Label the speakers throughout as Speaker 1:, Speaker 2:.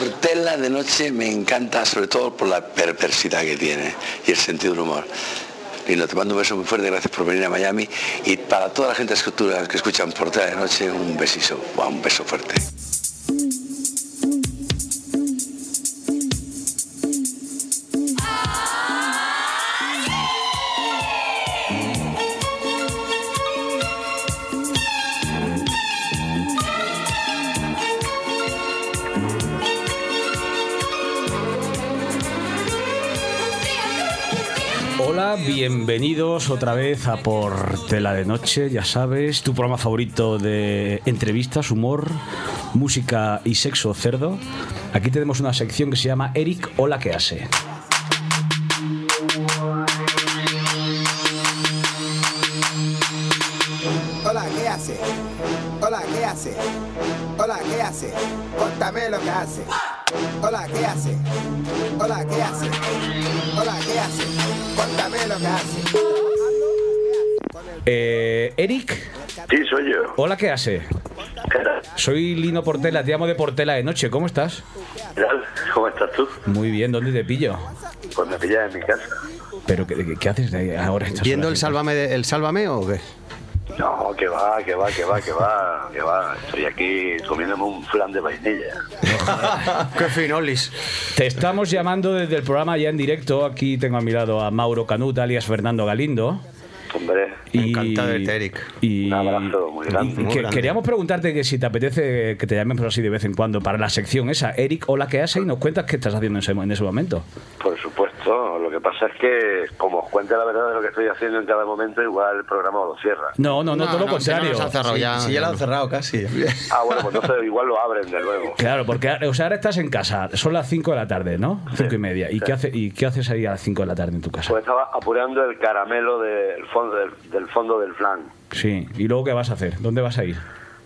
Speaker 1: Portela de noche me encanta, sobre todo por la perversidad que tiene y el sentido del humor. Lindo, te mando un beso muy fuerte, gracias por venir a Miami y para toda la gente que escuchan Portela de noche, un besiso, un beso fuerte.
Speaker 2: bienvenidos otra vez a Por Tela de Noche, ya sabes, tu programa favorito de entrevistas, humor, música y sexo cerdo. Aquí tenemos una sección que se llama Eric Hola que hace.
Speaker 3: Hola, ¿qué hace? Hola, ¿qué hace? Hola, ¿qué hace? Contame lo que hace. Hola, ¿qué hace? Hola, ¿qué hace? Hola, ¿qué hace? Cuéntame lo que hace.
Speaker 2: Eh, Eric,
Speaker 4: Sí, soy yo.
Speaker 2: hola que hace.
Speaker 4: Espera,
Speaker 2: Soy Lino Portela, te llamo de Portela de Noche, ¿cómo estás?
Speaker 4: ¿qué tal? ¿Cómo estás tú?
Speaker 2: Muy bien, ¿dónde te pillo?
Speaker 4: Pues me pillas en mi casa.
Speaker 2: Pero ¿qué, qué- qué haces de ahora? a estas
Speaker 5: ¿Viendo el
Speaker 2: horas?
Speaker 5: sálvame, de- el sálvame o qué?
Speaker 4: No, que va, que va, que va, que va, que va. Estoy aquí comiéndome un flan de vainilla.
Speaker 5: qué finolis.
Speaker 2: Te estamos llamando desde el programa ya en directo. Aquí tengo a mi lado a Mauro Canut, alias Fernando Galindo.
Speaker 4: Hombre,
Speaker 5: Encantado de verte, Eric.
Speaker 2: y-
Speaker 4: Un abrazo muy grande.
Speaker 2: y
Speaker 5: Muy
Speaker 2: que-
Speaker 5: grande.
Speaker 2: Queríamos preguntarte que si te apetece que te llamemos así de vez en cuando para la sección esa, Eric, hola, ¿qué haces? Y nos cuentas qué estás haciendo en ese, en ese momento.
Speaker 4: por supuesto. Lo que pasa es que, como os cuente la verdad de lo que estoy haciendo en cada momento, igual el programa os lo cierra.
Speaker 2: No, no, no, todo lo contrario.
Speaker 5: Si ya nos han cerrado ya.
Speaker 6: si ya lo han cerrado casi.
Speaker 4: Ah, bueno, pues entonces igual lo abren de nuevo.
Speaker 2: Claro, porque o sea, ahora estás en casa, son las 5 de la tarde, ¿no? 5 y media. ¿Y, qué hace, ¿Y qué haces ahí a las 5 de la tarde en tu casa?
Speaker 4: Pues estaba apurando el caramelo del fondo del, del fondo del flan.
Speaker 2: Sí, ¿y luego qué vas a hacer? ¿Dónde vas a ir?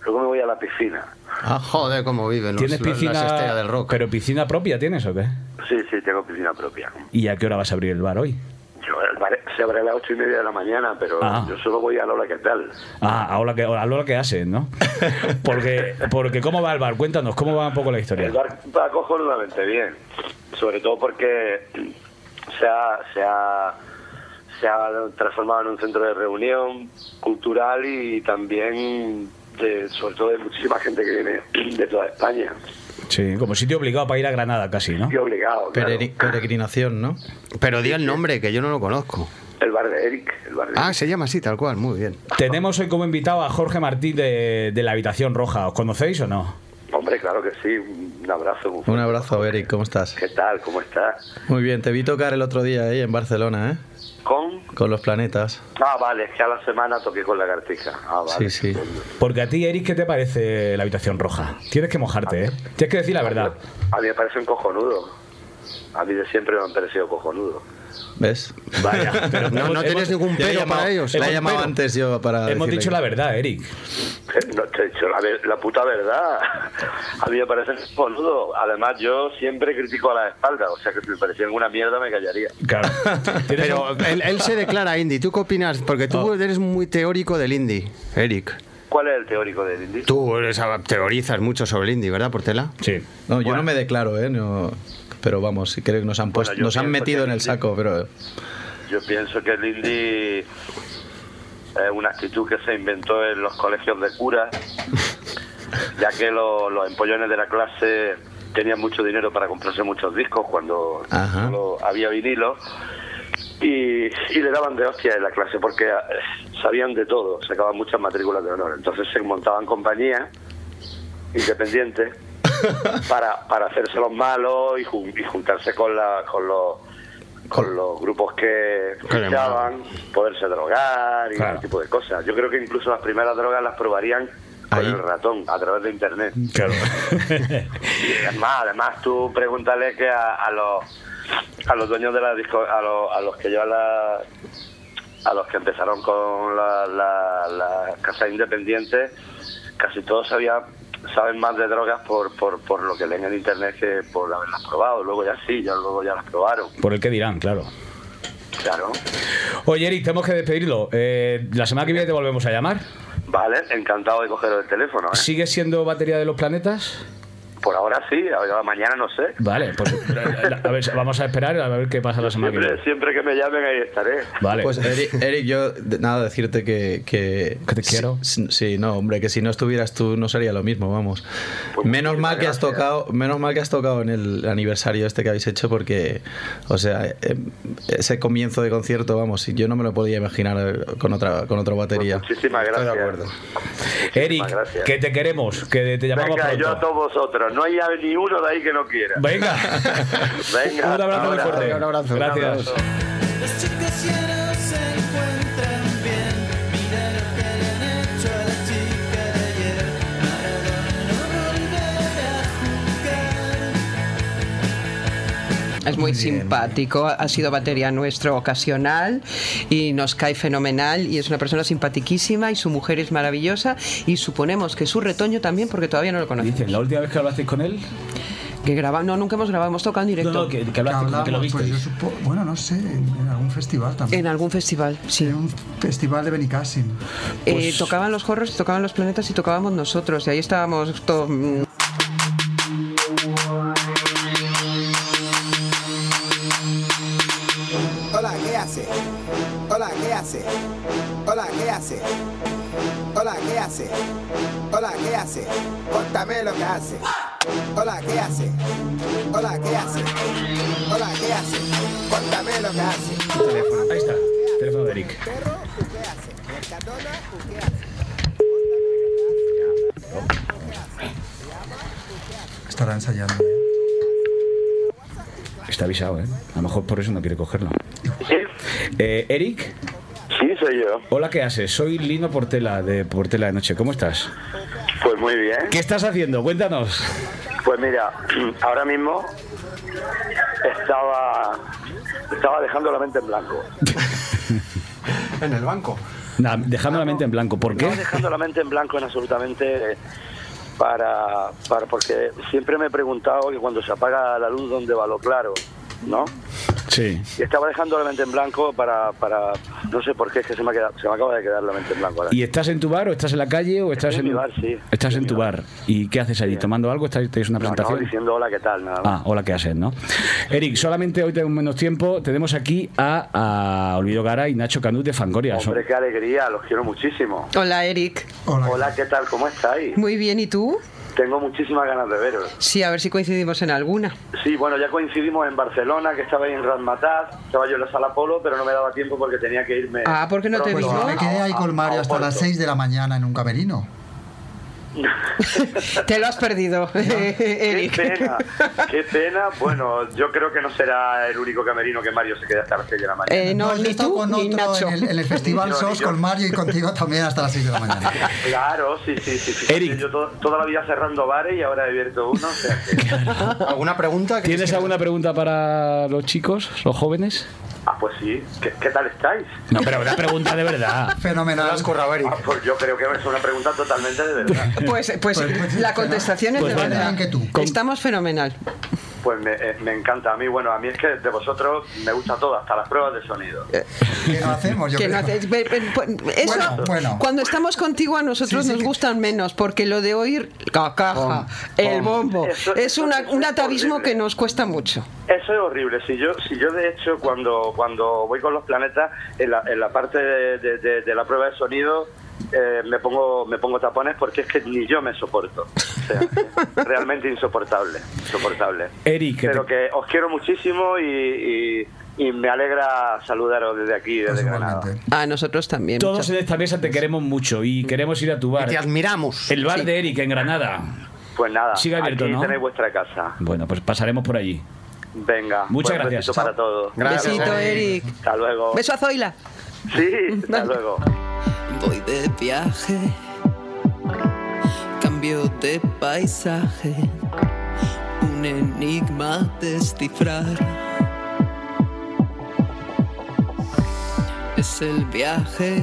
Speaker 4: Luego me voy a la piscina.
Speaker 5: Ah, joder, cómo viven los,
Speaker 2: ¿Tienes
Speaker 5: los-
Speaker 2: piscina?
Speaker 5: las estrellas del rock.
Speaker 2: ¿Pero piscina propia tienes o qué?
Speaker 4: Sí, sí, tengo piscina propia.
Speaker 2: ¿Y a qué hora vas a abrir el bar hoy?
Speaker 4: Yo, el bar se abre a las ocho y media de la mañana, pero
Speaker 2: Ah.
Speaker 4: yo solo voy a la hora que tal.
Speaker 2: Ah, ahora que, ahora lo que hacen, ¿no? Porque, porque ¿cómo va el bar? Cuéntanos, ¿cómo va un poco la historia?
Speaker 4: El bar va cojonudamente bien, sobre todo porque se ha, se, ha, se ha transformado en un centro de reunión cultural y también, de, sobre todo, de muchísima gente que viene de toda España.
Speaker 2: Sí, como sitio obligado para ir a Granada casi, ¿no?
Speaker 4: Y obligado, claro.
Speaker 6: Pereri- Peregrinación, ¿no?
Speaker 5: Pero di el nombre, que yo no lo conozco.
Speaker 4: El bar de Eric, el bar de
Speaker 5: Ah,
Speaker 4: Eric.
Speaker 5: se llama así, tal cual, muy bien.
Speaker 2: Tenemos hoy como invitado a Jorge Martín de, de la Habitación Roja. ¿Os conocéis o no?
Speaker 4: Hombre, claro que sí, un abrazo. muy
Speaker 6: Un
Speaker 4: fuerte.
Speaker 6: abrazo, Eric, ¿cómo estás?
Speaker 4: ¿Qué tal? ¿Cómo estás?
Speaker 6: Muy bien, te vi tocar el otro día ahí en Barcelona, ¿eh?
Speaker 4: ¿Con?
Speaker 6: Con los planetas.
Speaker 4: Ah, vale, es que a la semana toqué con la cartija. Ah, vale.
Speaker 6: Sí, sí.
Speaker 2: Porque a ti, Eric, ¿qué te parece la Habitación Roja? Tienes que mojarte, ¿eh? Tienes que decir la verdad.
Speaker 4: A mí me parece un cojonudo. A mí de siempre me han parecido cojonudo.
Speaker 6: ¿Ves?
Speaker 2: Vaya. pero
Speaker 5: No, no
Speaker 2: hemos-
Speaker 5: tienes
Speaker 2: hemos-
Speaker 5: ningún
Speaker 6: Ya he
Speaker 5: pero
Speaker 6: llamado-
Speaker 5: para ellos.
Speaker 6: La he
Speaker 2: hemos-
Speaker 6: llamado
Speaker 2: pero-
Speaker 6: antes yo para.
Speaker 2: Hemos
Speaker 6: decirle
Speaker 2: dicho
Speaker 6: que-
Speaker 2: la verdad, Eric.
Speaker 4: Eh, No te he dicho la, ver- la puta verdad. A mí me parece cojonudo. Además, yo siempre critico a la espalda. O sea que si me pareciera una mierda me callaría.
Speaker 2: Claro. Tienes
Speaker 5: Pero
Speaker 2: un-
Speaker 5: él, él se declara indie. ¿Tú qué opinas? Porque tú eres muy teórico del indie, Eric.
Speaker 4: ¿Cuál es el teórico de Lindy?
Speaker 5: Tú eres- teorizas mucho sobre el indie, ¿verdad, Portela?
Speaker 2: Sí.
Speaker 6: No, yo
Speaker 4: Bueno.
Speaker 6: no me declaro, ¿eh? No- Pero vamos, sí creo que nos han puesto,
Speaker 4: yo
Speaker 6: nos han
Speaker 4: pienso
Speaker 6: metido
Speaker 4: que
Speaker 6: en el
Speaker 4: sí. pues,
Speaker 6: saco, pero
Speaker 4: Yo pienso que Lindy es una actitud que se inventó en los colegios de curas, ya que lo- los empollones de la clase tenían mucho dinero para comprarse muchos discos cuando
Speaker 6: Ajá.
Speaker 4: solo había vinilo. Y, y le daban de hostia en la clase porque eh, sabían de todo, sacaban muchas matrículas de honor. Entonces se montaban compañías independientes para, para hacerse los malos y, jun- y juntarse con, la, con los con los grupos que
Speaker 5: Claro.
Speaker 4: fichaban, poderse drogar y
Speaker 2: Claro.
Speaker 4: ese tipo de cosas. Yo creo que incluso las primeras drogas las probarían con
Speaker 6: Ahí.
Speaker 4: el ratón, a través de internet.
Speaker 2: Claro.
Speaker 4: Y además, además tú pregúntale que a, a los a los dueños de la disco, a los, a los que llevan la a los que empezaron con la- la- las casas independientes, casi todos sabían, saben más de drogas por, por, por lo que leen en internet que por haberlas probado. Luego ya sí, ya luego ya las probaron.
Speaker 2: Por el que dirán, claro.
Speaker 4: Claro.
Speaker 2: Oye, Eric, tenemos que despedirlo. Eh, la semana que viene te volvemos a llamar.
Speaker 4: Vale, encantado de coger el teléfono. ¿eh?
Speaker 2: ¿Sigues siendo batería de los planetas?
Speaker 4: Por ahora sí, ahora- mañana no sé.
Speaker 2: Vale, pues a ver, vamos a esperar a ver qué pasa la semana que
Speaker 4: Siempre,
Speaker 2: viene.
Speaker 4: siempre que me llamen ahí estaré.
Speaker 2: Vale.
Speaker 6: Pues Eric, Eric, yo de- nada, decirte que... Que,
Speaker 2: Que te
Speaker 6: sí-
Speaker 2: quiero.
Speaker 6: Sí, no, hombre, que si no estuvieras tú no sería lo mismo, vamos.
Speaker 4: Pues
Speaker 6: menos mal que
Speaker 4: muchísimas
Speaker 6: has tocado, menos mal que has tocado en el aniversario este que habéis hecho porque, o sea, eh, ese comienzo de concierto, vamos, yo no me lo podía imaginar eh, con otra, con otra
Speaker 4: Pues
Speaker 6: batería.
Speaker 4: muchísimas gracias.
Speaker 5: Estoy de acuerdo.
Speaker 2: Eric,
Speaker 4: gracias.
Speaker 2: que te queremos, que te llamamos
Speaker 4: Venga, yo a
Speaker 2: pronto.
Speaker 4: todos vosotros. No hay ni uno de ahí que no quiera.
Speaker 2: Venga.
Speaker 4: Venga,
Speaker 2: Un abrazo muy
Speaker 4: ahora.
Speaker 2: fuerte.
Speaker 5: Un abrazo.
Speaker 2: Gracias.
Speaker 4: Un abrazo.
Speaker 7: Los chicos ya no se encuentran bien. Mira lo que le han hecho a la chica de ayer. Maradona no volverá a jugar.
Speaker 8: Es muy simpático, ha sido batería nuestro ocasional y nos cae fenomenal y es una persona simpatiquísima y su mujer es maravillosa y suponemos que su retoño también porque todavía no lo conocemos.
Speaker 2: Dicen, la última vez que hablasteis con él,
Speaker 8: Que grabamos, no, nunca hemos grabado, hemos tocado en
Speaker 2: no,
Speaker 8: directo.
Speaker 2: no, que, que hablasteis,
Speaker 9: Hablamos,
Speaker 2: que lo
Speaker 9: pues yo
Speaker 2: visteis.
Speaker 9: supo- bueno, no sé, en, en algún festival también.
Speaker 8: En algún festival, sí.
Speaker 9: En un festival de Benicassim.
Speaker 8: Eh,
Speaker 2: Pues-
Speaker 8: tocaban los jorros, tocaban los planetas y tocábamos nosotros. Y ahí estábamos todos. mm,
Speaker 3: Hola, ¿qué hace? Hola, ¿qué hace? Hola, ¿qué hace? Hola, ¿qué hace? Hola, ¿qué hace? Contame lo que hace. Hola, ¿qué hace? Hola, ¿qué hace? Hola, ¿qué hace? Contame lo que hace.
Speaker 2: Ahí está, teléfono de Eric.
Speaker 3: ¿Perro o qué hace? ¿Mercadona o qué hace?
Speaker 9: Estará ensayando. ¿eh?
Speaker 2: Está avisado, ¿eh? A lo mejor por eso no quiere cogerlo.
Speaker 4: ¿Sí?
Speaker 2: Eh, Eric,
Speaker 4: Sí, soy yo.
Speaker 2: hola, ¿qué haces? Soy Lino Portela de Portela de Noche. ¿Cómo estás?
Speaker 4: Pues muy bien.
Speaker 2: ¿Qué estás haciendo? Cuéntanos.
Speaker 4: Pues mira, ahora mismo estaba estaba dejando la mente en blanco.
Speaker 5: En el banco.
Speaker 2: Nah, dejando la mente en blanco. ¿Por qué?
Speaker 4: No dejando la mente en blanco en absolutamente eh, para, para porque siempre me he preguntado que cuando se apaga la luz dónde va lo claro, ¿no?
Speaker 2: Sí.
Speaker 4: Y estaba dejando la mente en blanco para, para no sé por qué es que se me, ha quedado- se me acaba de quedar la mente en blanco ahora.
Speaker 2: ¿Y estás en tu bar o estás en la calle o estás
Speaker 4: Estoy
Speaker 2: en,
Speaker 4: en mi bar, sí.
Speaker 2: Estás
Speaker 4: Estoy en
Speaker 2: en
Speaker 4: mi
Speaker 2: tu
Speaker 4: bar.
Speaker 2: bar. ¿Y qué haces allí? ¿Tomando algo? ¿Estáis- ¿Tenéis una
Speaker 4: No, no,
Speaker 2: presentación?
Speaker 4: diciendo hola, ¿qué tal? Nada más.
Speaker 2: Ah, hola, ¿qué haces, no? Eric, solamente hoy tenemos menos tiempo. Tenemos aquí a, a Olvido Gara y Nacho Canut de Fangoria. Son-
Speaker 4: Hombre, qué alegría, los quiero muchísimo.
Speaker 8: Hola, Eric.
Speaker 9: Hola.
Speaker 4: Hola, ¿qué tal? ¿Cómo estáis?
Speaker 8: Muy bien, ¿y tú?
Speaker 4: Tengo muchísimas ganas de veros.
Speaker 8: Sí, a ver si coincidimos en alguna.
Speaker 4: Sí, bueno, ya coincidimos en Barcelona, que estaba ahí en Razmataz, estaba yo en la sala Polo, pero no me daba tiempo porque tenía que irme. Pues
Speaker 8: Ah, ¿por qué no te
Speaker 4: pronto
Speaker 8: vino?
Speaker 4: a-
Speaker 9: Pues Me quedé ahí
Speaker 4: a-
Speaker 9: con
Speaker 4: a
Speaker 9: Mario hasta
Speaker 4: Oporto.
Speaker 9: las 6 de la mañana en un camerino.
Speaker 8: Te lo has perdido,
Speaker 4: Qué
Speaker 8: Eric.
Speaker 4: pena, qué pena. Bueno, yo creo que no será el único camerino que Mario se quede hasta las 6 de la mañana.
Speaker 8: Eh, no,
Speaker 9: yo he
Speaker 8: ni
Speaker 9: estado
Speaker 8: tú
Speaker 9: con
Speaker 8: ni
Speaker 9: otro
Speaker 8: Nacho.
Speaker 9: en el, en el Festival
Speaker 4: Ni yo, ni
Speaker 9: SOS
Speaker 4: yo.
Speaker 9: con Mario y contigo también hasta las 6 de la mañana.
Speaker 4: Claro, sí, sí, sí. sí.
Speaker 2: Eric.
Speaker 4: Yo to- toda la vida cerrando bares y ahora he abierto uno. o sea que-
Speaker 5: ¿Alguna pregunta? ¿Crees
Speaker 2: ¿Tienes
Speaker 5: que-
Speaker 2: alguna pregunta para los chicos, los jóvenes?
Speaker 4: Ah, pues sí. ¿Qué, qué tal estáis?
Speaker 2: No, pero una pregunta de verdad.
Speaker 5: Te la
Speaker 9: Fenomenal.
Speaker 5: has currado, Eric.
Speaker 4: Ah, pues yo creo que es una pregunta totalmente de verdad.
Speaker 8: Pues, pues,
Speaker 9: pues,
Speaker 8: la
Speaker 9: fenomenal.
Speaker 8: contestación es
Speaker 2: Pues
Speaker 8: de
Speaker 2: venga.
Speaker 8: verdad.
Speaker 9: Que tú.
Speaker 8: Estamos fenomenal.
Speaker 4: Pues me, eh, me encanta. A mí, bueno, a mí es que de vosotros me gusta todo, hasta las pruebas de sonido.
Speaker 9: ¿Qué no hacemos? Yo
Speaker 8: Que no
Speaker 9: creo.
Speaker 8: haces- ve- ve- pues, eso,
Speaker 9: Bueno, bueno.
Speaker 8: cuando estamos contigo a nosotros
Speaker 9: Sí, sí,
Speaker 8: nos
Speaker 9: que-
Speaker 8: gustan menos, porque lo de oír la caja,
Speaker 5: Bom,
Speaker 8: el
Speaker 5: bom.
Speaker 8: bombo,
Speaker 4: Eso-
Speaker 8: es
Speaker 4: eso-
Speaker 8: una-
Speaker 4: eso
Speaker 8: un
Speaker 4: es
Speaker 8: atavismo
Speaker 4: horrible.
Speaker 8: que nos cuesta mucho.
Speaker 4: Eso es horrible. Si yo, si yo de hecho, cuando, cuando voy con los planetas, en la, en la parte de, de- de- de la prueba de sonido, eh, me pongo me pongo tapones porque es que ni yo me soporto. O sea, es realmente insoportable. Insoportable.
Speaker 2: Eric, que
Speaker 4: Pero
Speaker 2: te-
Speaker 4: que os quiero muchísimo y, y- y me alegra saludaros desde aquí, desde
Speaker 9: Pues
Speaker 4: Granada.
Speaker 9: igualmente.
Speaker 8: A nosotros también.
Speaker 2: todos
Speaker 8: muchas-
Speaker 2: en esta mesa te queremos mucho y queremos ir a tu bar.
Speaker 5: Te admiramos.
Speaker 2: El bar de Eric en Granada.
Speaker 4: Pues nada,
Speaker 2: Sigue abierto,
Speaker 4: aquí
Speaker 2: ¿no?
Speaker 4: tenéis vuestra casa.
Speaker 2: Bueno, pues pasaremos por allí.
Speaker 4: Venga.
Speaker 2: Muchas
Speaker 4: buen
Speaker 2: gracias.
Speaker 4: besito para todos.
Speaker 5: Gracias,
Speaker 8: Besito, Eric.
Speaker 4: Hasta luego.
Speaker 8: Beso a Zoila.
Speaker 4: Sí, hasta luego.
Speaker 7: Voy de viaje, cambio de paisaje, un enigma a descifrar. Es el viaje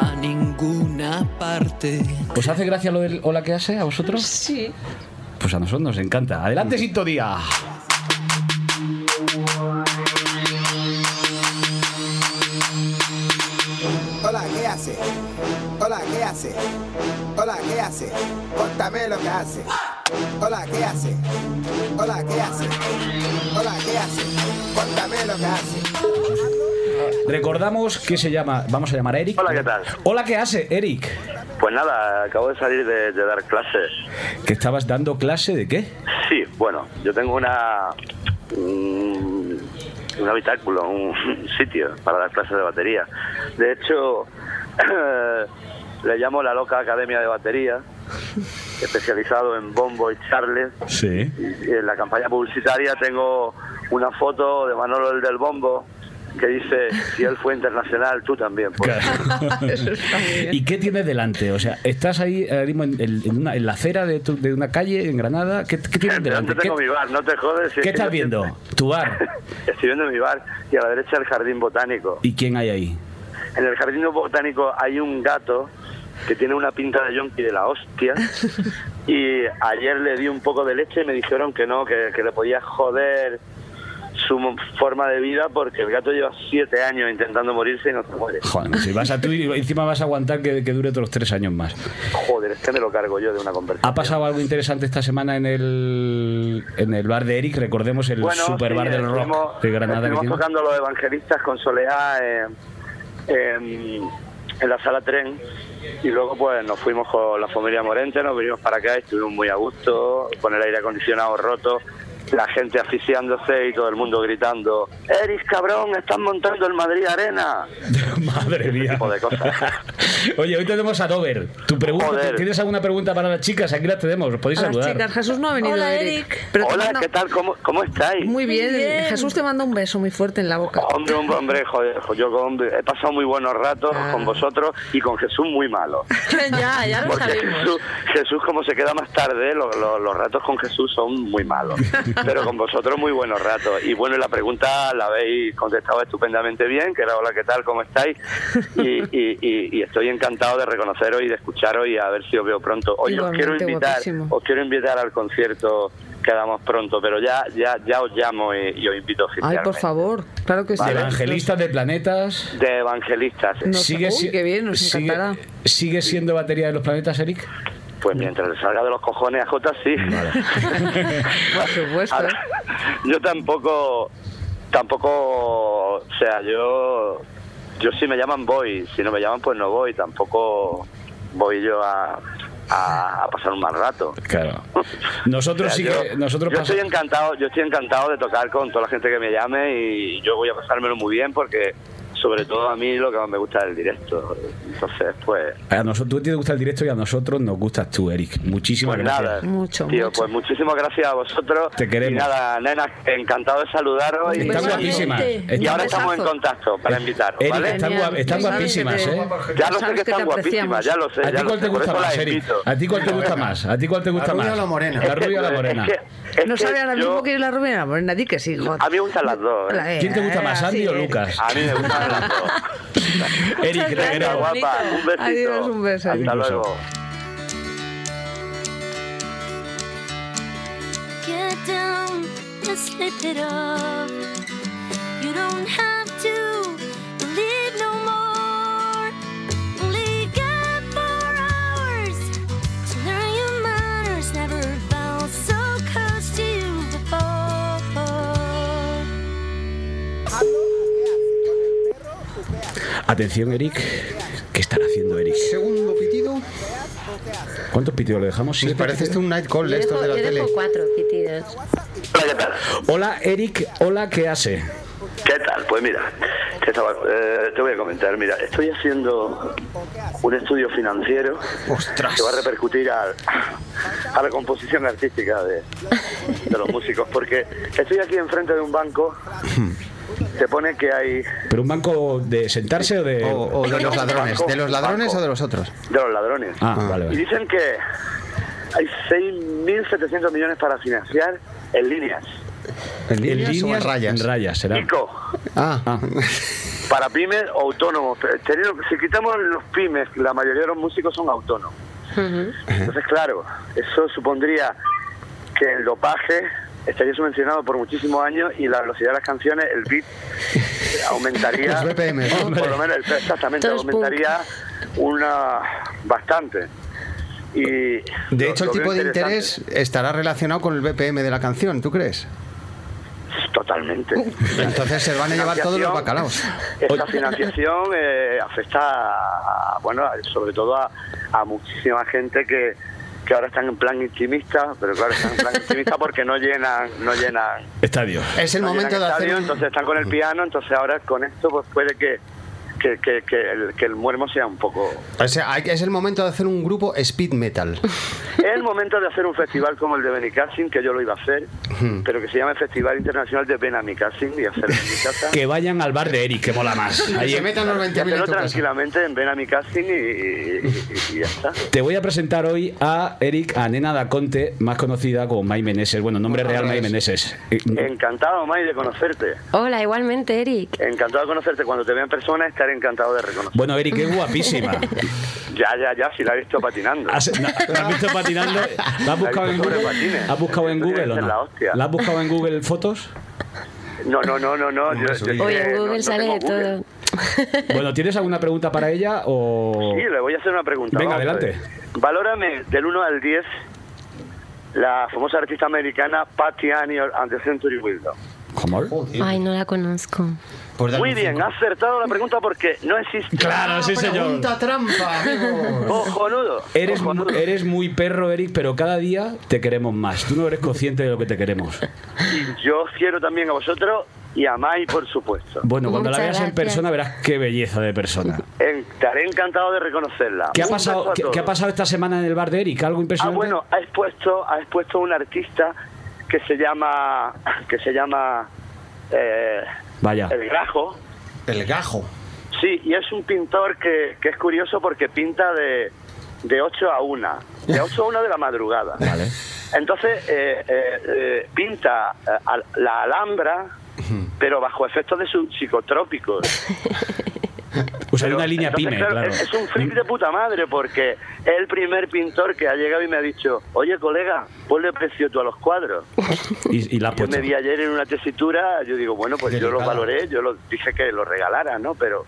Speaker 7: a ninguna parte.
Speaker 2: ¿Os hace gracia lo del hola que hace a vosotros? Sí. Pues a nosotros nos encanta. Adelante, Sintonía.
Speaker 3: Hola, ¿qué hace? Hola, ¿qué hace? Hola, Hola, ¿qué hace? Contame lo que hace. Hola, ¿qué hace? Hola, ¿qué hace? Hola, ¿qué hace? Contame lo que hace.
Speaker 2: Recordamos que se llama, vamos a llamar a Eric.
Speaker 4: Hola, ¿qué tal?
Speaker 2: Hola, ¿qué hace, Eric?
Speaker 4: Pues nada, acabo de salir de, de dar clases.
Speaker 2: ¿Que estabas dando clase de qué?
Speaker 4: Sí, bueno, yo tengo una un, un habitáculo, un sitio para dar clases de batería. De hecho, le llamo la loca Academia de Batería, especializado en bombo y charles.
Speaker 2: Sí.
Speaker 4: Y en la campaña publicitaria tengo una foto de Manolo el del bombo que dice si él fue internacional tú también pues".
Speaker 8: Eso está muy bien.
Speaker 2: ¿Y qué tienes delante? O sea, estás ahí ahora mismo en, en- en una- en la acera de, tu- de una calle en Granada. ¿Qué, qué tienes delante?
Speaker 4: delante
Speaker 2: ¿Qué,
Speaker 4: tengo mi bar no te jodes si
Speaker 2: qué
Speaker 4: es que
Speaker 2: estás
Speaker 4: yo
Speaker 2: viendo?
Speaker 4: siempre-
Speaker 2: Tu bar.
Speaker 4: estoy viendo mi bar y a la derecha el jardín botánico
Speaker 2: ¿Y quién hay ahí?
Speaker 4: En el jardín botánico hay un gato que tiene una pinta de yonki de la hostia. Y ayer le di un poco de leche y me dijeron que no, que, que le podía joder su mo- forma de vida porque el gato lleva siete años intentando morirse y no se muere.
Speaker 2: Joder, macho, y vas a tú y encima vas a aguantar que, que dure otros tres años más.
Speaker 4: Joder, es que me lo cargo yo de una conversación.
Speaker 2: ¿Ha pasado algo interesante esta semana en el, en el bar de Eric? Recordemos el super bar
Speaker 4: sí,
Speaker 2: del rock
Speaker 4: estuvimos-
Speaker 2: de Granada. que
Speaker 4: Estuvimos
Speaker 2: tiene.
Speaker 4: tocando los evangelistas con Soleá eh, en, en la sala tren y luego pues nos fuimos con la familia Morente, nos vinimos para acá, y estuvimos muy a gusto, con el aire acondicionado roto, la gente asfixiándose y todo el mundo gritando, Eris cabrón, están montando el Madrid Arena.
Speaker 2: Madre mía.
Speaker 4: tipo de cosas.
Speaker 2: Oye, hoy tenemos a Robert. Tu pregunta,
Speaker 4: Joder.
Speaker 2: ¿Tienes alguna pregunta para las chicas? Aquí las tenemos, os podéis
Speaker 10: A las
Speaker 2: saludar.
Speaker 10: chicas, Jesús no ha venido.
Speaker 11: Hola, Eric.
Speaker 10: Pero te
Speaker 4: Hola,
Speaker 10: manda-
Speaker 4: ¿qué tal? ¿Cómo, cómo estáis?
Speaker 10: Muy bien.
Speaker 11: Muy bien.
Speaker 10: Jesús te manda un beso muy fuerte en la boca.
Speaker 4: Hombre, hombre, hombre, joder, jo- yo con- he pasado muy buenos ratos
Speaker 10: Ah.
Speaker 4: con vosotros y con Jesús muy malo.
Speaker 11: ya, ya lo
Speaker 4: Porque
Speaker 11: sabemos.
Speaker 4: Jesús, Jesús, como se queda más tarde, lo- lo- los ratos con Jesús son muy malos. Pero con vosotros muy buenos ratos. Y bueno, y la pregunta la habéis contestado estupendamente bien, que era hola, ¿qué tal? ¿Cómo estáis? Y, y- y- y estoy encantado de reconoceros y de escucharos y a ver si os veo pronto. Oye, os quiero
Speaker 10: Igualmente,
Speaker 4: invitar,
Speaker 10: guapísimo.
Speaker 4: os quiero invitar al concierto que damos pronto, pero ya, ya, ya os llamo y, y os invito
Speaker 10: Ay, por
Speaker 4: oficialmente.
Speaker 10: favor. Claro que sí.
Speaker 2: De evangelistas de planetas.
Speaker 4: De evangelistas.
Speaker 10: No. Nos-
Speaker 2: Sigue,
Speaker 10: uy,
Speaker 2: si-
Speaker 10: qué bien, nos
Speaker 2: sigue-
Speaker 10: encantará.
Speaker 2: sigue siendo batería de los planetas, Eric?
Speaker 4: Pues mientras le salga de los cojones a Jota, sí.
Speaker 10: Por supuesto.
Speaker 4: Ahora, yo tampoco, tampoco, o sea, yo, yo si me llaman voy, si no me llaman pues no voy, tampoco voy yo a, a- a pasar un mal rato.
Speaker 2: Claro.
Speaker 4: O
Speaker 2: Nosotros
Speaker 4: sea,
Speaker 2: sí
Speaker 4: yo,
Speaker 2: que. Nosotros
Speaker 4: yo
Speaker 2: pasa-
Speaker 4: estoy encantado, yo estoy encantado de tocar con toda la gente que me llame y yo voy a pasármelo muy bien porque sobre todo a mí lo que más me gusta es el directo. Entonces, pues,
Speaker 2: a nosotros, tú te gusta el directo y a nosotros nos gustas tú, Eric. Muchísimas
Speaker 4: Pues
Speaker 2: gracias.
Speaker 4: nada,
Speaker 10: Mucho,
Speaker 4: tío,
Speaker 10: mucho.
Speaker 4: pues muchísimas gracias a vosotros.
Speaker 2: Te queremos.
Speaker 4: Y nada, nenas, encantado de saludaros. y-
Speaker 2: Están
Speaker 11: Igualmente.
Speaker 2: guapísimas.
Speaker 11: Y
Speaker 4: Y
Speaker 2: Están-
Speaker 4: ahora estamos en
Speaker 10: besazo.
Speaker 4: contacto para invitaros,
Speaker 2: Eric,
Speaker 4: ¿vale?
Speaker 2: están,
Speaker 10: Genial.
Speaker 2: guap- están
Speaker 10: Tú sabes
Speaker 2: guapísimas,
Speaker 10: que te-
Speaker 2: ¿eh?
Speaker 4: Ya lo sé
Speaker 10: Sabes que
Speaker 4: que
Speaker 10: te
Speaker 4: están guapísimas,
Speaker 10: apreciamos.
Speaker 4: ya lo sé.
Speaker 2: ¿A
Speaker 4: ya
Speaker 2: ti
Speaker 4: lo
Speaker 2: cuál
Speaker 4: sé,
Speaker 2: te
Speaker 4: por
Speaker 2: gusta
Speaker 4: eso las
Speaker 2: más, Eric?
Speaker 4: invito.
Speaker 2: ¿A ti cuál te gusta más? ¿A ti cuál te gusta
Speaker 5: ¿La rubia
Speaker 2: más?
Speaker 5: o la morena?
Speaker 2: La
Speaker 4: Es que-
Speaker 2: rubia o la
Speaker 4: es
Speaker 2: morena.
Speaker 4: que- es
Speaker 10: no
Speaker 4: que
Speaker 10: sabe ahora
Speaker 4: yo-
Speaker 10: mismo que es la Rubén Amor. Nadie que sí. joder.
Speaker 4: A mí me gustan las dos. ¿eh?
Speaker 10: La-
Speaker 2: ¿Quién te
Speaker 5: Ah,
Speaker 2: gusta más,
Speaker 10: así
Speaker 2: Andy o
Speaker 10: es.
Speaker 2: Lucas?
Speaker 4: A mí me gustan las dos.
Speaker 2: Eric, te
Speaker 11: Venga,
Speaker 4: Venga,
Speaker 2: queremos.
Speaker 4: guapa, un besito.
Speaker 10: Adiós, un beso.
Speaker 4: Hasta
Speaker 2: Adiós.
Speaker 4: luego.
Speaker 11: Get down, just lift it up. You don't have to believe no more. Only got four hours to learn your manners. Never felt so close to you before.
Speaker 2: Atención, Eric. ¿Qué estará haciendo Eric?
Speaker 5: Segundo pitido.
Speaker 2: ¿Cuántos pitidos le dejamos?
Speaker 5: Me
Speaker 2: ¿Siete?
Speaker 5: parece esto un night call
Speaker 11: Yo
Speaker 5: de estos
Speaker 11: dejo,
Speaker 5: de la
Speaker 11: yo
Speaker 5: tele.
Speaker 11: dejo cuatro pitidos.
Speaker 4: Hola, ¿qué tal?
Speaker 2: Hola, Eric. Hola, ¿qué hace?
Speaker 4: ¿Qué tal? Pues mira, te, estaba- eh, te voy a comentar. Mira, estoy haciendo un estudio financiero que va a repercutir al- a la composición artística de, de los músicos. Porque estoy aquí enfrente de un banco. Te pone que hay
Speaker 2: ¿Pero un banco de sentarse o de.?
Speaker 5: O, o de los ladrones. ¿De los ladrones o de los otros?
Speaker 4: de los ladrones.
Speaker 2: Ah, vale,
Speaker 4: Y
Speaker 2: vale.
Speaker 4: dicen que hay 6.700 millones para financiar en líneas.
Speaker 5: ¿En
Speaker 2: En
Speaker 5: líneas o en
Speaker 2: líneas,
Speaker 5: rayas?
Speaker 2: en rayas, será.
Speaker 4: Nico,
Speaker 5: Ah,
Speaker 2: Ah.
Speaker 4: para pymes o autónomos. Pero teniendo- si quitamos los pymes, la mayoría de los músicos son autónomos. Entonces, claro, eso supondría que el dopaje estaría subvencionado por muchísimos años y la velocidad de las canciones, el beat, eh, aumentaría.
Speaker 5: Los BPM, ¿no?
Speaker 4: Por lo menos, el- exactamente,
Speaker 11: Todo es punk.
Speaker 4: aumentaría una bastante. Y
Speaker 5: De
Speaker 4: lo-
Speaker 5: hecho, el
Speaker 4: lo veo
Speaker 5: tipo de
Speaker 4: interesante.
Speaker 5: interés estará relacionado con el BPM de la canción, ¿tú crees?
Speaker 4: Totalmente.
Speaker 5: Entonces se van a llevar todos los bacalaos.
Speaker 4: Esta financiación eh, afecta, a- a- bueno, sobre todo a, a muchísima gente que, que ahora están en plan intimista, pero claro, están en plan intimista porque no llenan, no llenan.
Speaker 2: Estadio.
Speaker 5: Es el
Speaker 4: no llenan
Speaker 5: momento de hacer
Speaker 4: estadio,
Speaker 5: un- Mm.
Speaker 4: Entonces están con el piano, entonces ahora con esto pues puede que, que, que- que el, que el muermo sea un poco...
Speaker 5: O sea, hay- es el momento de hacer un grupo speed metal.
Speaker 4: Es el momento de hacer un festival como el de Benicassin, que yo lo iba a hacer, pero que se llame Festival Internacional de Benicassin y hacerlo en mi casa.
Speaker 2: Que vayan al bar de Eric, que mola más. Ahí en-
Speaker 4: Hacerlo tranquilamente, en ven a mi casting y, y- y- y ya está.
Speaker 2: Te voy a presentar hoy a Eric, a Nena Daconte, más conocida como May Meneses. Bueno, nombre real May Meneses. Eh,
Speaker 4: Encantado, May, de conocerte.
Speaker 12: Hola, igualmente, Eric.
Speaker 4: Encantado de conocerte. Cuando te vea en persona, estaré encantado de reconocer.
Speaker 2: Bueno, Eric, es guapísima.
Speaker 4: Ya, ya, ya, si la he visto patinando.
Speaker 2: Has- no, la has visto patinando? ¿La has buscado en
Speaker 4: sobre
Speaker 2: Google?
Speaker 4: patines.
Speaker 2: ¿Has buscado en
Speaker 4: Esto tiene
Speaker 2: Google o
Speaker 4: que ser la
Speaker 2: no?
Speaker 4: hostia.
Speaker 2: ¿La has buscado en Google fotos?
Speaker 4: No, no, no, no. no. Yo, yo-
Speaker 12: Hoy
Speaker 4: eh,
Speaker 12: en
Speaker 4: no-
Speaker 12: Google
Speaker 4: no
Speaker 12: sale
Speaker 4: tengo
Speaker 12: de
Speaker 4: Google.
Speaker 12: todo.
Speaker 2: Bueno, ¿tienes alguna pregunta para ella o...?
Speaker 4: Sí, le voy a hacer una pregunta.
Speaker 2: Oh. Venga,
Speaker 4: vamos a ver.
Speaker 2: adelante.
Speaker 4: Valórame del 1 al 10 la famosa artista americana Patty Annie and the Century Window.
Speaker 12: Ay, no la conozco.
Speaker 5: Pues
Speaker 4: Muy bien, ha acertado la pregunta porque no existe.
Speaker 2: Claro, Ah, sí, señor. Pregunta
Speaker 5: trampa, amigo.
Speaker 4: Cojonudo.
Speaker 2: Eres, mu- eh. eres muy perro, Eric, pero cada día te queremos más. Tú no eres consciente de lo que te queremos.
Speaker 4: Y yo quiero también a vosotros y a Mai, por supuesto.
Speaker 2: Bueno, cuando la veas en persona verás qué belleza de persona.
Speaker 4: En- Estaré encantado de reconocerla.
Speaker 2: ¿Qué ha,
Speaker 4: Un beso
Speaker 2: pasado,
Speaker 4: a
Speaker 2: qué,
Speaker 4: todos.
Speaker 2: qué ha pasado esta semana en el bar de Eric? ¿Algo
Speaker 4: Ah,
Speaker 2: impresionante?
Speaker 4: bueno, ha expuesto, ha expuesto un artista que se llama. que se llama. eh,
Speaker 2: Vaya.
Speaker 4: El Grajo.
Speaker 5: El gajo.
Speaker 4: Sí, y es un pintor que, que es curioso porque pinta de, de 8 a 1. De 8 a 1 de la madrugada. Vale. Entonces, eh, eh, eh, pinta eh, al- la alhambra, pero bajo efectos de sus psicotrópicos.
Speaker 2: O sea, hay una línea
Speaker 4: Entonces,
Speaker 2: pyme,
Speaker 4: claro,
Speaker 2: claro.
Speaker 4: Es, es un freak de puta madre porque es el primer pintor que ha llegado y me ha dicho, oye colega, ponle precio tú a los cuadros.
Speaker 2: Y, y la has
Speaker 4: Yo
Speaker 2: puesto.
Speaker 4: me vi ayer en una tesitura, yo digo, bueno, pues yo los valoré, yo los dije que los regalara, ¿no? Pero,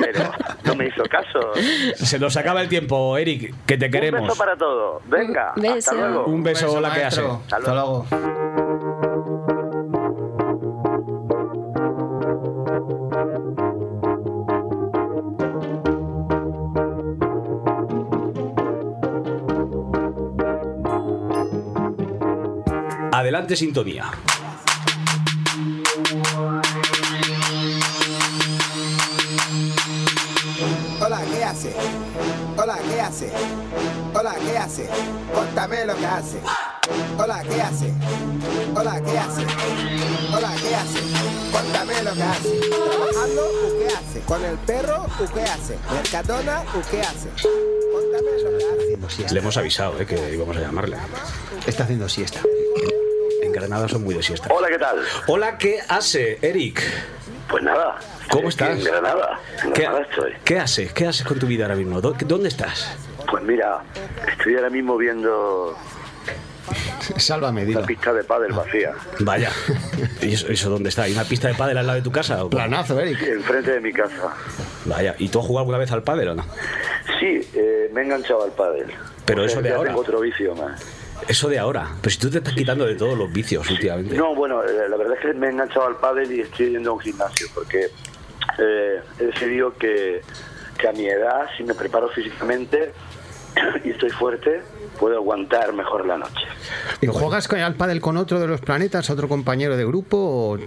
Speaker 4: pero no me hizo caso.
Speaker 2: Se nos acaba el tiempo, Eric, que te
Speaker 4: Un
Speaker 2: queremos.
Speaker 4: beso para todos. Venga, hasta luego.
Speaker 2: Un beso, hola, ¿qué hace?
Speaker 4: Hasta
Speaker 5: luego.
Speaker 2: Adelante, sintonía.
Speaker 3: Hola, ¿qué hace? Hola, ¿qué hace? Hola, ¿qué hace? Contame lo que hace. Hola, ¿qué hace? Hola, ¿qué hace? Hola, ¿qué hace? Contame lo que hace. ¿Trabajando o qué hace? ¿Con el perro o qué hace? ¿Mercadona o qué hace?
Speaker 2: Le hemos avisado eh, que íbamos a llamarle.
Speaker 5: Está haciendo siesta.
Speaker 2: En Granada son muy de siesta.
Speaker 4: Hola, ¿qué tal?
Speaker 2: Hola, ¿qué hace, Eric?
Speaker 4: Pues nada.
Speaker 2: ¿Cómo estás?
Speaker 4: estoy aquí En Granada. En
Speaker 2: ¿Qué,
Speaker 4: Granada estoy.
Speaker 2: ¿Qué haces? ¿Qué haces con tu vida ahora mismo? ¿Dó- ¿Dónde estás?
Speaker 4: Pues mira, estoy ahora mismo viendo
Speaker 5: Sálvame,
Speaker 4: la
Speaker 5: dilo.
Speaker 4: pista de pádel
Speaker 2: Ah.
Speaker 4: vacía.
Speaker 2: Vaya. ¿Y eso, eso dónde está? ¿Hay una pista de pádel al lado de tu casa? o qué?
Speaker 5: Planazo, Eric.
Speaker 4: Enfrente de mi casa.
Speaker 2: Vaya. ¿Y tú has jugado alguna vez al pádel o no?
Speaker 4: Sí, eh, me he enganchado al pádel.
Speaker 2: Pero
Speaker 4: O
Speaker 2: eso
Speaker 4: sea,
Speaker 2: de
Speaker 4: ya
Speaker 2: ahora.
Speaker 4: Tengo otro vicio más.
Speaker 2: Eso de ahora. Pero si tú te estás quitando de todos los vicios últimamente.
Speaker 4: No, bueno, eh, la verdad es que me he enganchado al pádel y estoy yendo a un gimnasio porque eh, he decidido que, que a mi edad, si me preparo físicamente y estoy fuerte, puedo aguantar mejor la noche.
Speaker 5: ¿Y juegas con, al pádel con otro de los planetas, otro compañero de grupo o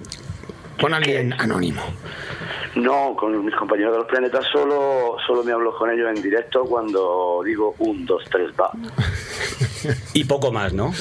Speaker 5: con alguien anónimo?
Speaker 4: No, con mis compañeros de los planetas solo, solo me hablo con ellos en directo cuando digo un, dos, tres, va.
Speaker 2: Y poco más, ¿no?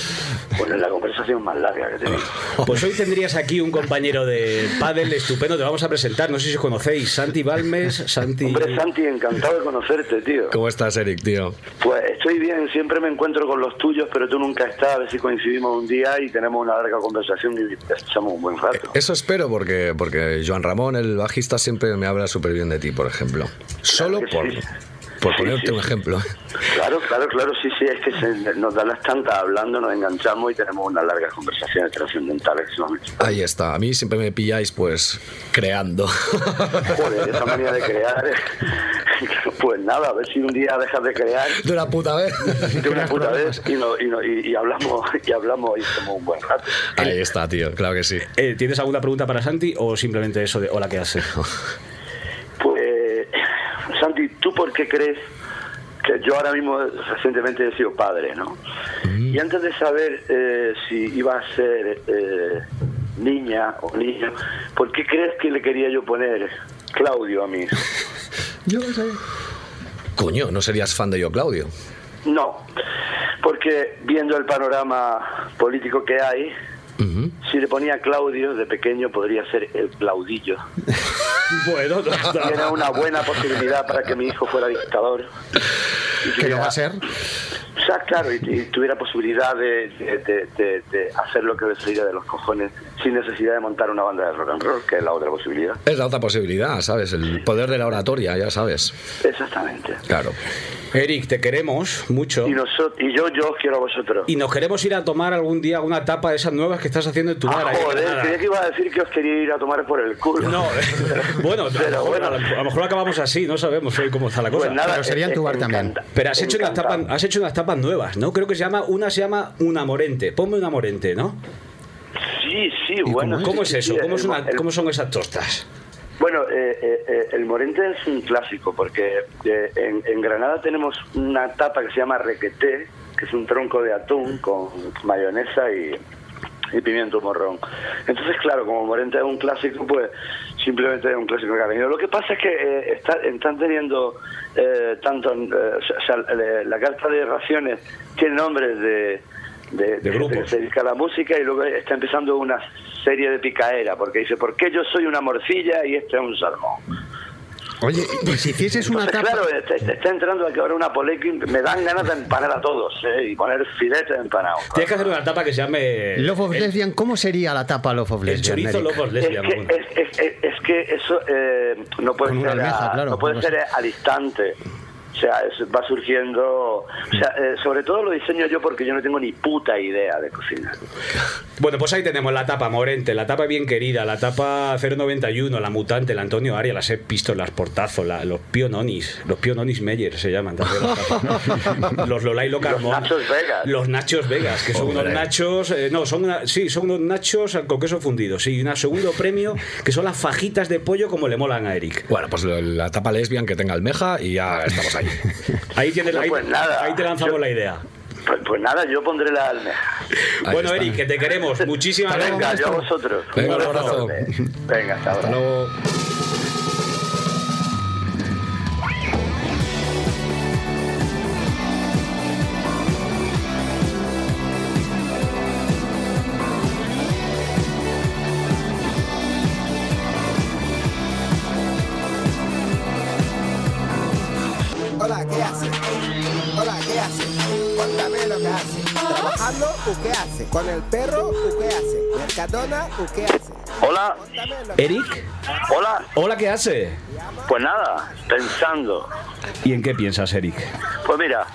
Speaker 4: Bueno, es la conversación más larga que tenemos.
Speaker 2: Pues hoy tendrías aquí un compañero de pádel estupendo. Te vamos a presentar. No sé si os conocéis. Santi Balmes. Santi.
Speaker 4: Hombre, Santi, encantado de conocerte, tío.
Speaker 13: ¿Cómo estás, Eric, tío?
Speaker 4: Pues estoy bien, siempre me encuentro con los tuyos, pero tú nunca estás, a ver si coincidimos un día y tenemos una larga conversación y echamos un buen rato.
Speaker 13: Eso espero porque, porque Joan Ramón, el bajista, siempre me habla súper bien de ti, por ejemplo. eh, Solo por... Por ponerte un ejemplo.
Speaker 4: Claro, claro, claro, sí, sí, es que se- nos da las tantas hablando, nos enganchamos y tenemos unas largas conversaciones trascendentales. ¿no?
Speaker 13: Ahí está. A mí siempre me pilláis, pues, creando.
Speaker 4: Joder, esa manía de crear. eh. Pues nada, a ver si un día dejas de crear.
Speaker 13: De una puta vez.
Speaker 4: De una puta vez y, no, y, no- y- y hablamos y hablamos y como un buen rato.
Speaker 13: Ahí está, tío, claro que sí.
Speaker 2: Eh, ¿Tienes alguna pregunta para Santi o simplemente eso de hola, ¿qué haces?
Speaker 4: Pues, Santi, ¿tú por qué crees que yo ahora mismo recientemente he sido padre, ¿no? Y antes de saber eh, si iba a ser eh, niña o niño, ¿por qué crees que le quería yo poner Claudio a mí?
Speaker 13: Yo lo sé. Coño, ¿no serías fan de yo, Claudio?
Speaker 4: No, porque viendo el panorama político que hay, si le ponía Claudio de pequeño podría ser el Claudillo.
Speaker 2: bueno,
Speaker 4: Tiene una buena posibilidad para que mi hijo fuera dictador.
Speaker 5: Que lo va a ser.
Speaker 4: O sea, claro, y, y tuviera posibilidad de, de- de- de- de hacer lo que le saliera de los cojones sin necesidad de montar una banda de rock and roll, que es la otra posibilidad.
Speaker 13: Es la otra posibilidad, ¿sabes? El poder de la oratoria, ya sabes.
Speaker 4: Exactamente.
Speaker 13: Claro.
Speaker 2: Eric, te queremos mucho.
Speaker 4: Y, nosotros, y yo, yo os quiero a vosotros.
Speaker 2: Y nos queremos ir a tomar algún día una tapa de esas nuevas que estás haciendo en tu bar. ahí en
Speaker 4: Ah, Joder,
Speaker 2: Granada.
Speaker 4: creía que iba a decir que os quería ir a tomar por el culo.
Speaker 2: No, eh, bueno, a lo,
Speaker 4: Pero
Speaker 2: mejor,
Speaker 4: bueno.
Speaker 2: a lo- a lo mejor acabamos así, no sabemos hoy cómo está la cosa.
Speaker 4: Pues nada, Pero sería en tu bar eh, también. encanta-
Speaker 2: Pero has hecho, unas
Speaker 4: encantado.
Speaker 2: tapas, has hecho unas tapas nuevas, ¿no? Creo que se llama, una se llama Una Morente. Ponme una Morente, ¿no?
Speaker 4: Sí, sí, bueno.
Speaker 2: ¿Cómo,
Speaker 4: sí,
Speaker 2: es eso?
Speaker 4: sí, sí,
Speaker 2: ¿Cómo, es
Speaker 4: el-
Speaker 2: una-
Speaker 4: el-
Speaker 2: cómo son esas tostas?
Speaker 4: Bueno, eh, eh, eh, el morente es un clásico, porque eh, en, en Granada tenemos una tapa que se llama requeté, que es un tronco de atún con mayonesa y, y pimiento morrón. Entonces, claro, como morente es un clásico, pues simplemente es un clásico que ha venido. Lo que pasa es que eh, está- están teniendo eh, tanto, eh, o sea, le- la carta de raciones tiene nombres de... De, de gente que se dedica a la música y luego está empezando una serie de picaera porque dice, ¿por qué yo soy una morcilla y este es un salmón?
Speaker 5: Oye, y pues si hicieses una
Speaker 4: Entonces,
Speaker 5: tapa.
Speaker 4: claro, está, está entrando aquí ahora una polémica. Me dan ganas de empanar a todos ¿eh? y poner filetes empanados.
Speaker 2: Tienes que hacer una tapa que se llame...
Speaker 5: Love of
Speaker 2: el-
Speaker 5: Lesbian, ¿cómo sería la tapa Love of
Speaker 2: El
Speaker 5: Lesbian?
Speaker 2: chorizo
Speaker 5: Eric?
Speaker 2: lobos lesbian.
Speaker 4: Es que, es, es- es- es que eso eh, no puede
Speaker 5: Con
Speaker 4: ser,
Speaker 5: una almeja,
Speaker 4: a-
Speaker 5: claro,
Speaker 4: no puede
Speaker 5: algo
Speaker 4: ser al instante. O sea, es- va surgiendo. O sea, eh, sobre todo lo diseño yo porque yo no tengo ni puta idea de cocina.
Speaker 2: Bueno, pues ahí tenemos la tapa Morente, la tapa bien querida, la tapa 091, la mutante, el Antonio Arias, las Epistos, las Portazo, la- los Piononis, los Piononis Meyer se llaman también las tapas. los Lolay Locarmón. Los Nachos
Speaker 4: Vegas.
Speaker 2: Los Nachos Vegas, que son unos
Speaker 13: Hombre.
Speaker 2: nachos, eh, no, son una- sí, son unos nachos con queso fundido, sí, y un segundo premio que son las fajitas de pollo como le molan a Eric.
Speaker 13: Bueno, pues lo- la tapa lesbian que tenga almeja y ya estamos ahí.
Speaker 2: Ahí tienes
Speaker 4: No,
Speaker 2: ahí-
Speaker 4: pues nada.
Speaker 2: ahí te lanzamos
Speaker 4: Yo-
Speaker 2: la idea.
Speaker 4: Pues, pues nada, yo pondré la almeja.
Speaker 2: bueno, Eric, que te queremos. Muchísimas
Speaker 4: Venga, yo a vosotros.
Speaker 2: Venga, un abrazo.
Speaker 4: Venga, hasta ahora.
Speaker 3: Hola, ¿qué hace? Hola, ¿qué hace? Cuéntame lo que hace. ¿Trabajando o qué hace? ¿Con el perro o qué hace? ¿Mercadona o qué hace?
Speaker 4: Hola,
Speaker 2: Eric,
Speaker 4: hola.
Speaker 2: hola, ¿qué hace?
Speaker 4: Pues nada, pensando.
Speaker 2: ¿Y en qué piensas, Eric?
Speaker 4: Pues mira,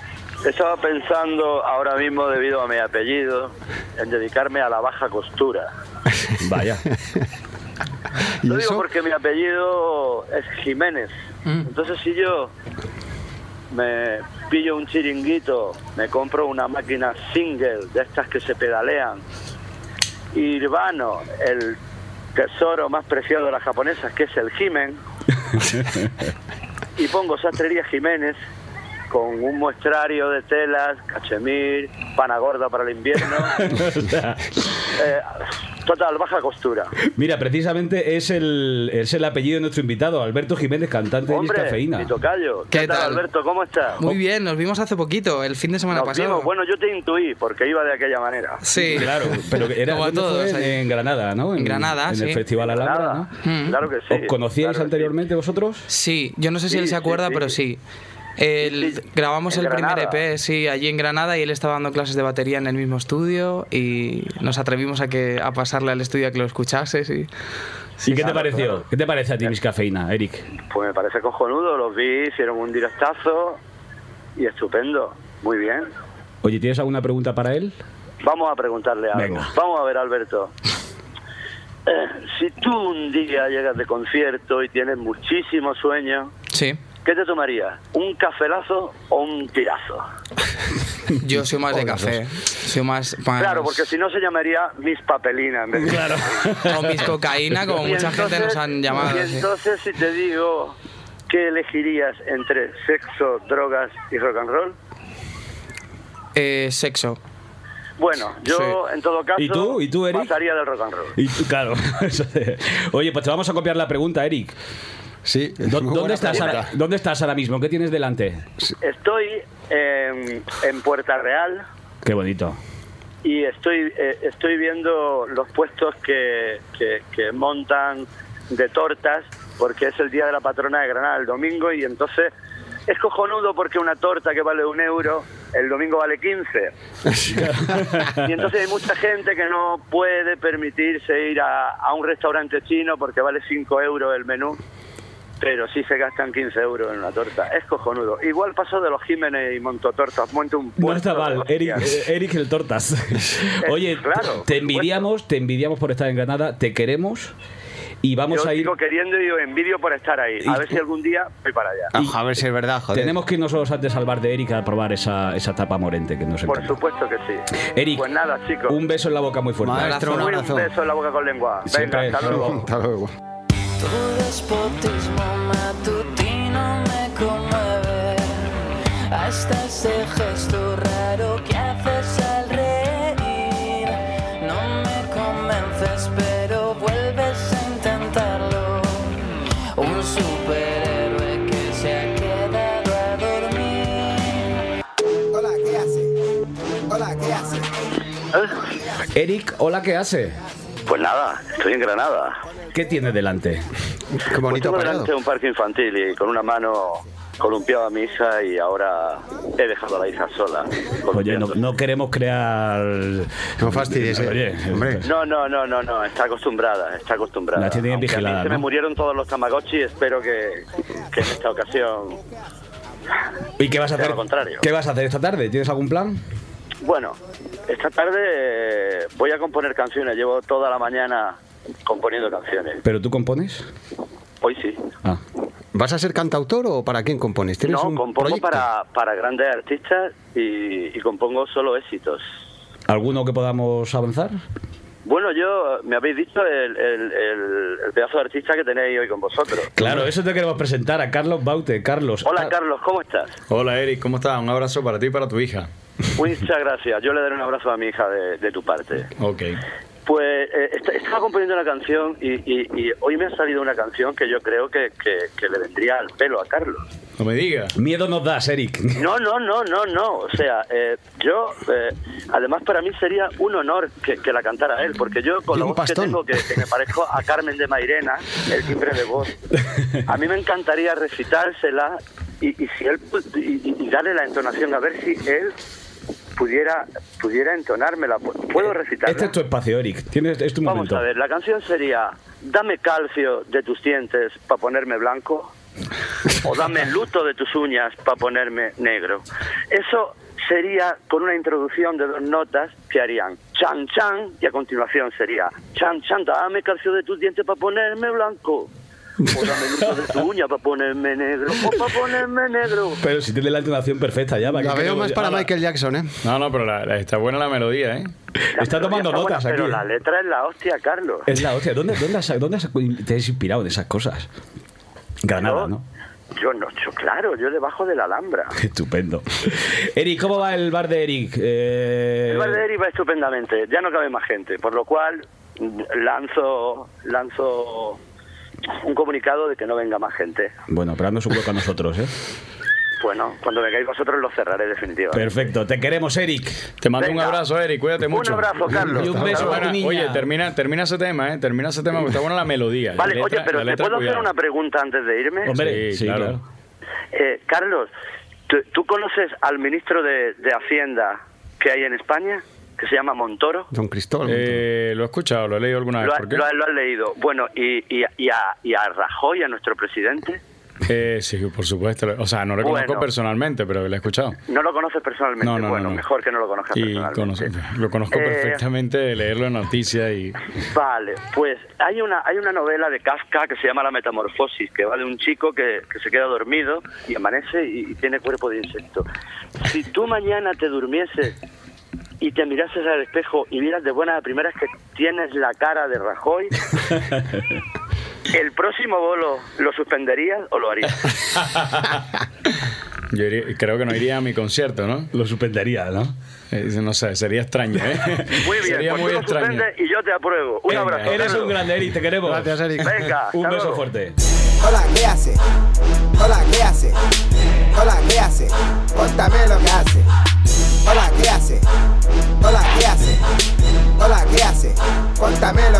Speaker 4: estaba pensando ahora mismo, debido a mi apellido, en dedicarme a la baja costura.
Speaker 2: Vaya.
Speaker 4: Lo digo porque mi apellido es Jiménez. Entonces si yo me pillo un chiringuito, me compro una máquina single de estas que se pedalean, y Urbano, el tesoro más preciado de las japonesas, que es el Jimen, y pongo Sastrería Jiménez con un muestrario de telas, cachemir, pana gorda para el invierno. eh, total, baja costura.
Speaker 2: Mira, precisamente es el, es el apellido de nuestro invitado, Alberto Jiménez, cantante de
Speaker 4: Hombre,
Speaker 2: Cafeína.
Speaker 4: mi tocayo. ¿Qué,
Speaker 2: ¿Qué
Speaker 4: tal,
Speaker 2: tal?
Speaker 4: Alberto? ¿Cómo estás?
Speaker 14: Muy bien, nos vimos hace poquito, el fin de semana
Speaker 4: Nos
Speaker 14: pasado.
Speaker 4: vimos. Bueno, yo te intuí porque iba de aquella manera.
Speaker 14: Sí.
Speaker 2: Claro, pero que era
Speaker 14: Como a
Speaker 2: ¿dónde
Speaker 14: todos,
Speaker 2: fue? en,
Speaker 14: ahí.
Speaker 2: Granada, ¿no? En,
Speaker 14: Granada,
Speaker 2: En
Speaker 14: sí.
Speaker 2: el Festival
Speaker 14: En
Speaker 2: Alhambra, ¿no?
Speaker 4: Claro que sí.
Speaker 2: ¿Os conocíais anteriormente vosotros?
Speaker 14: Sí, yo no sé si
Speaker 2: Sí,
Speaker 14: él
Speaker 2: sí,
Speaker 14: se acuerda,
Speaker 2: sí.
Speaker 14: pero sí. El- grabamos
Speaker 2: en
Speaker 14: el
Speaker 2: Granada.
Speaker 14: primer EP, sí, allí en Granada y él estaba dando clases de batería en el mismo estudio y nos atrevimos a que a pasarle al estudio a que lo escuchase, sí.
Speaker 2: ¿Y qué te pareció? ¿Qué te parece a ti Miscafeína, Eric?
Speaker 4: Pues me parece cojonudo, los vi, hicieron un directazo y estupendo, muy bien.
Speaker 2: Oye, ¿tienes alguna pregunta para él?
Speaker 4: Vamos a preguntarle algo.
Speaker 2: Venga.
Speaker 4: Vamos a ver, Alberto. Eh, si tú un día llegas de concierto y tienes muchísimo sueño,
Speaker 14: Sí.
Speaker 4: ¿qué te tomarías? ¿Un cafelazo o un tirazo?
Speaker 2: Ah,
Speaker 14: Yo soy más de café. Soy más. más-
Speaker 4: Claro, porque si no se llamaría mis papelinas. en vez de-
Speaker 14: Claro. O mis cocaína, como
Speaker 4: Y
Speaker 14: mucha gente nos han llamado,
Speaker 4: Y
Speaker 14: sí.
Speaker 4: entonces, si te digo que elegirías entre sexo, drogas y rock and roll,
Speaker 14: eh, sexo.
Speaker 4: bueno, yo
Speaker 2: Sí.
Speaker 4: en todo caso
Speaker 2: ¿Y tú? ¿Y tú, Eric?
Speaker 4: pasaría del rock and roll.
Speaker 2: Y tú, claro. eso de- Oye, pues te vamos a copiar la pregunta, Eric.
Speaker 6: Sí.
Speaker 2: ¿Dónde
Speaker 4: buena
Speaker 2: estás,
Speaker 4: pregunta.
Speaker 2: ahora, ¿Dónde estás ahora mismo? ¿Qué tienes delante?
Speaker 4: Estoy em, en Puerta Real
Speaker 2: Qué bonito.
Speaker 4: y estoy eh, estoy viendo los puestos que, que- que montan de tortas porque es el día de la patrona de Granada el domingo y entonces es cojonudo porque una torta que vale un euro el domingo vale 15 y entonces hay mucha gente que no puede permitirse ir a, a un restaurante chino porque vale 5 euros el menú pero sí se gastan 15 euros en una torta es cojonudo igual pasó de los Jiménez y Montotortas monta un
Speaker 2: No está mal, Eric, eh, Eric el Tortas. Oye,
Speaker 4: Eh, Claro,
Speaker 2: te envidiamos, te envidiamos por estar en Granada, te queremos y vamos
Speaker 4: yo
Speaker 2: a ir.
Speaker 4: sigo queriendo y os envidio por estar ahí. A ver si algún día voy para allá.
Speaker 2: a ver si es verdad, joder. Tenemos que irnos nosotros antes al bar de Eric a probar esa, esa tapa morente que nos
Speaker 4: Por
Speaker 2: encanta.
Speaker 4: supuesto que sí.
Speaker 2: Eric,
Speaker 4: Pues nada, chicos.
Speaker 2: un beso en la boca muy fuerte.
Speaker 4: Uy, un beso en la boca con lengua. Venga,
Speaker 2: Siempre.
Speaker 4: hasta luego.
Speaker 2: Hasta luego.
Speaker 7: Tu despotismo matutino me conmueve Hasta ese gesto raro que haces al reír No me convences pero vuelves a intentarlo Un superhéroe que se ha quedado a dormir
Speaker 3: Hola, ¿qué hace? Hola, ¿qué hace?
Speaker 2: Eric, hola, ¿qué hace?
Speaker 4: Pues nada, estoy en Granada.
Speaker 2: ¿Qué tiene delante?
Speaker 5: Qué
Speaker 4: bonito Tengo delante Pues un parque infantil y con una mano columpiaba a mi hija y ahora he dejado a la hija sola.
Speaker 2: Oye, no, no queremos crear. No fastidies, eh. hombre.
Speaker 4: No, no, no, no, no, está acostumbrada, está acostumbrada.
Speaker 2: La tienen
Speaker 4: Aunque a mí
Speaker 2: vigilada,
Speaker 4: se
Speaker 2: ¿no?
Speaker 4: me murieron todos los Tamagotchi, espero que, que en esta ocasión
Speaker 2: ¿Y qué vas a
Speaker 4: sea
Speaker 2: hacer?
Speaker 4: lo contrario.
Speaker 2: ¿Qué vas a hacer esta tarde? ¿Tienes algún plan?
Speaker 4: Bueno, esta tarde eh, voy a componer canciones. Llevo toda la mañana componiendo canciones.
Speaker 2: ¿Pero tú compones? Ah.
Speaker 4: Hoy sí.
Speaker 5: ¿Vas a ser cantautor o para quién compones? ¿Tienes
Speaker 4: No,
Speaker 5: un
Speaker 4: compongo
Speaker 5: proyecto?
Speaker 4: para, para grandes artistas y, y compongo solo éxitos.
Speaker 2: ¿Alguno que podamos avanzar?
Speaker 4: Bueno, yo, me habéis dicho el, el- el- el pedazo de artista que tenéis hoy con vosotros.
Speaker 2: Claro, eso te queremos presentar a Carlos Baute. Carlos. ah,
Speaker 5: Ah.
Speaker 4: Hola, Carlos, ¿cómo estás?
Speaker 15: Hola Eric, ¿cómo estás? Un abrazo para ti y para tu hija.
Speaker 4: Muchas gracias. Yo le daré un abrazo a mi hija de- de tu parte.
Speaker 15: Ok.
Speaker 4: Pues eh, est- estaba componiendo una canción y, y- y hoy me ha salido una canción que yo creo que, que- que le vendría al pelo a Carlos.
Speaker 15: No me digas.
Speaker 2: Miedo nos das, Eric.
Speaker 4: No, no, no, no, no. O sea, eh, yo, eh, además para mí sería un honor que, que la cantara él, porque yo con
Speaker 5: Y
Speaker 4: la
Speaker 5: un
Speaker 4: voz que
Speaker 5: pastón.
Speaker 4: tengo, que, que me parezco a Carmen de Mairena, el timbre de voz, a mí me encantaría recitársela y, y si él pu- y, y- y darle la entonación, a ver si él pudiera pudiera entonármela. ¿Puedo recitarla?
Speaker 2: Este es tu espacio, Eric. Tienes, es tu
Speaker 4: Vamos
Speaker 2: momento.
Speaker 4: a ver, la canción sería Dame calcio de tus dientes para ponerme blanco o dame luto de tus uñas para ponerme negro. Eso sería con una introducción de dos notas que harían chan chan y a continuación sería chan chan, dame calcio de tus dientes para ponerme blanco o dame luto de tus uñas para ponerme negro o para ponerme negro.
Speaker 2: Pero si tiene la entonación perfecta ya. ¿para
Speaker 5: La
Speaker 2: qué
Speaker 5: veo
Speaker 2: queremos
Speaker 5: más para
Speaker 2: llamarla?
Speaker 5: Michael Jackson, ¿eh?
Speaker 15: No, no, pero la- la- está buena la melodía, ¿eh?
Speaker 2: Está tomando
Speaker 4: Está
Speaker 2: notas aquí.
Speaker 4: buena,
Speaker 2: ¿eh?
Speaker 4: pero la letra es la hostia, Carlos.
Speaker 2: Es la hostia. ¿Dónde, dónde, has, dónde has- te has inspirado en esas cosas? Granada, ¿no?
Speaker 4: Yo no, yo, claro, yo debajo de la Alhambra.
Speaker 2: Estupendo. Eric, ¿cómo va el bar de Eric? Eh,
Speaker 4: El Valder iba estupendamente, ya no cabe más gente, por lo cual mm, lanzo lanzo un comunicado de que no venga más gente.
Speaker 2: Bueno, pero haznos un hueco a nosotros, ¿eh?
Speaker 4: Bueno, cuando vengáis vosotros lo cerraré definitivamente.
Speaker 2: Perfecto. Te queremos, Eric.
Speaker 15: Te mando un
Speaker 4: Venga.
Speaker 15: abrazo, Eric. Cuídate
Speaker 4: Un
Speaker 15: mucho.
Speaker 4: abrazo, Carlos.
Speaker 2: Y un beso a tu niña.
Speaker 15: Oye, termina, termina ese tema, ¿eh? Termina ese tema, porque está buena la melodía. La
Speaker 4: Vale,
Speaker 15: letra-
Speaker 4: oye, pero
Speaker 15: la
Speaker 4: ¿te
Speaker 15: letra,
Speaker 4: puedo hacer
Speaker 15: cuidado.
Speaker 4: una pregunta antes de irme?
Speaker 15: sí, claro.
Speaker 4: Eh, Carlos, ¿tú, tú conoces al ministro de, de Hacienda que hay en España? que se llama Montoro.
Speaker 16: Don Cristóbal.
Speaker 5: Eh, lo he escuchado, lo he leído alguna vez.
Speaker 4: Lo, ha-
Speaker 5: ¿Por qué?
Speaker 4: lo ha- lo has leído. Bueno, y, y, y a, y a Rajoy, a nuestro presidente,
Speaker 5: Eh, sí, por supuesto. O sea, no lo
Speaker 4: Bueno.
Speaker 5: conozco personalmente, pero lo he escuchado.
Speaker 4: no lo conoces personalmente.
Speaker 5: No, no, no,
Speaker 4: bueno,
Speaker 5: no.
Speaker 4: mejor que no lo conozcas
Speaker 5: Y
Speaker 4: personalmente.
Speaker 5: conoce- lo conozco
Speaker 4: Eh,
Speaker 5: perfectamente de leerlo en noticias y...
Speaker 4: Vale, pues hay una, hay una novela de Kafka que se llama La Metamorfosis, que va de un chico que, que se queda dormido y amanece y, y tiene cuerpo de insecto. Si tú mañana te durmieses y te mirases al espejo y vieras de buenas a primeras que tienes la cara de Rajoy, ¿el próximo bolo lo suspenderías o lo harías?
Speaker 5: Yo iría- creo que no iría a mi concierto, ¿no? Lo suspendería, ¿no? no sé, sería extraño, ¿eh?
Speaker 4: Muy bien,
Speaker 5: sería
Speaker 4: pues
Speaker 5: muy
Speaker 4: tú lo
Speaker 5: extraño.
Speaker 4: suspendes y yo te apruebo. Un
Speaker 5: Venga,
Speaker 4: abrazo.
Speaker 5: eres
Speaker 4: Carlos.
Speaker 5: un grande, Eric, Ah, te queremos. Gracias, Eric.
Speaker 4: Venga,
Speaker 2: Un
Speaker 4: hasta
Speaker 2: beso
Speaker 4: luego.
Speaker 2: fuerte.
Speaker 3: Hola, ¿qué hace? Hola, ¿qué hace? Hola, ¿qué hace? Cuéntame lo que hace. Hola, ¿qué hace? Hola, ¿qué hace? Hola, ¿qué hace? Cuéntame lo